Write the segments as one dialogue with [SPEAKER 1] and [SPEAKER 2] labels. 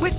[SPEAKER 1] With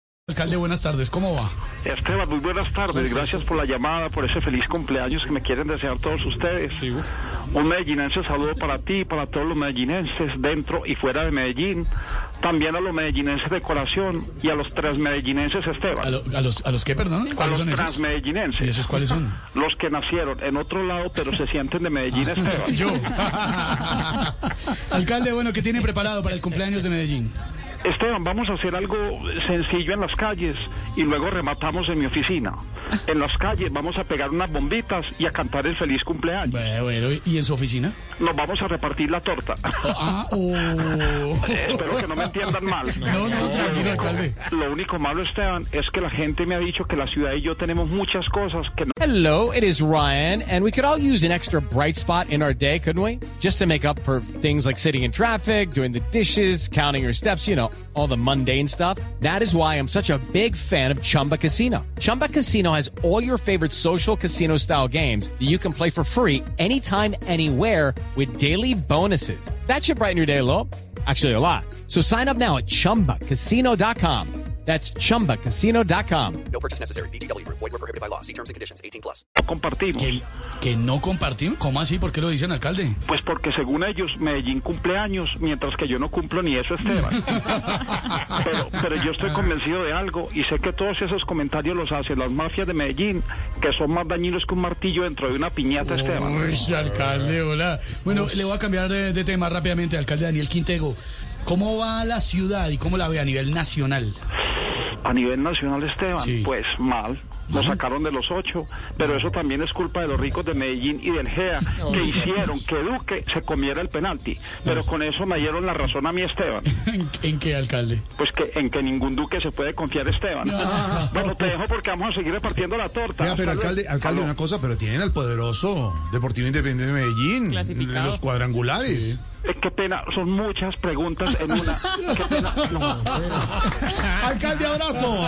[SPEAKER 2] Alcalde, buenas tardes, ¿cómo va?
[SPEAKER 3] Esteban, muy buenas tardes. Gracias por la llamada, por ese feliz cumpleaños que me quieren desear todos ustedes.
[SPEAKER 2] Sí, uf.
[SPEAKER 3] Un medellinense saludo para ti, para todos los medellinenses dentro y fuera de Medellín. También a los medellinenses de corazón y a los transmedellinenses,
[SPEAKER 2] ¿A,
[SPEAKER 3] Esteban.
[SPEAKER 2] lo- a los, ¿A los qué, perdón?
[SPEAKER 3] A
[SPEAKER 2] ¿Cuáles
[SPEAKER 3] los
[SPEAKER 2] son esos? ¿Y
[SPEAKER 3] transmedellinenses.
[SPEAKER 2] esos cuáles son?
[SPEAKER 3] Los que nacieron en otro lado, pero se sienten de Medellín,
[SPEAKER 2] Ah.
[SPEAKER 3] Esteban.
[SPEAKER 2] Yo. Alcalde, bueno, ¿qué tiene preparado para el cumpleaños de Medellín?
[SPEAKER 3] Esteban, vamos a hacer algo sencillo en las calles y luego rematamos en mi oficina. En las calles vamos a pegar unas bombitas y a cantar el feliz cumpleaños.
[SPEAKER 2] Eh, Bueno, ¿y en su oficina?
[SPEAKER 3] Nos vamos a repartir la torta.
[SPEAKER 2] Ah, oh.
[SPEAKER 3] Espero que no me entiendan mal.
[SPEAKER 2] No, no, tranquilo, alcalde.
[SPEAKER 3] Lo único malo, Esteban, es que la gente me ha dicho que la ciudad y yo tenemos muchas cosas que no.
[SPEAKER 4] Hello, it is Ryan, and we could all use an extra bright spot in our day, couldn't we? Just to make up for things like sitting in traffic, doing the dishes, counting your steps, you know, all the mundane stuff. That is why I'm such a big fan of Chumba Casino. Chumba Casino has all your favorite social casino style games that you can play for free anytime, anywhere with daily bonuses. That should brighten your day a little. Actually, a lot. So sign up now at chumbacasino.com. That's chumbacasino.com.
[SPEAKER 5] No purchase necessary. BGW. Void were prohibited by law. See terms and conditions. 18 plus.
[SPEAKER 3] compartimos.
[SPEAKER 2] ¿Que, que no compartimos? ¿Cómo así? ¿Por qué lo dicen, alcalde?
[SPEAKER 3] Pues porque según ellos, Medellín cumple años, mientras que yo no cumplo ni eso, Esteban. Pero, pero yo estoy convencido de algo y sé que todos esos comentarios los hacen las mafias de Medellín, que son más dañinos que un martillo dentro de una
[SPEAKER 2] Oh.
[SPEAKER 3] piñata, Esteban.
[SPEAKER 2] Uy, alcalde, hola. Bueno, le voy a cambiar de, de tema rápidamente, alcalde Daniel Quintego. ¿Cómo va la ciudad y cómo la ve a nivel nacional?
[SPEAKER 3] A nivel nacional, Esteban,
[SPEAKER 2] Sí.
[SPEAKER 3] pues mal. Nos sacaron de los ocho, pero eso también es culpa de los ricos de Medellín y del GEA, que hicieron que Duque se comiera el penalti. Pero con eso me dieron la razón a mí, Esteban.
[SPEAKER 2] ¿En, en qué, alcalde?
[SPEAKER 3] Pues que en que ningún Duque se puede confiar, Esteban.
[SPEAKER 2] No.
[SPEAKER 3] Bueno, te dejo porque vamos a seguir repartiendo la torta.
[SPEAKER 6] Vea, pero
[SPEAKER 3] Hasta
[SPEAKER 6] alcalde,
[SPEAKER 3] luego.
[SPEAKER 6] alcalde,
[SPEAKER 3] Aló.
[SPEAKER 6] una cosa, pero tienen al poderoso Deportivo Independiente de Medellín,
[SPEAKER 7] Clasificado.
[SPEAKER 6] los cuadrangulares.
[SPEAKER 3] Eh, qué pena, son muchas preguntas en una. Qué pena. No.
[SPEAKER 6] Alcalde, abrazo.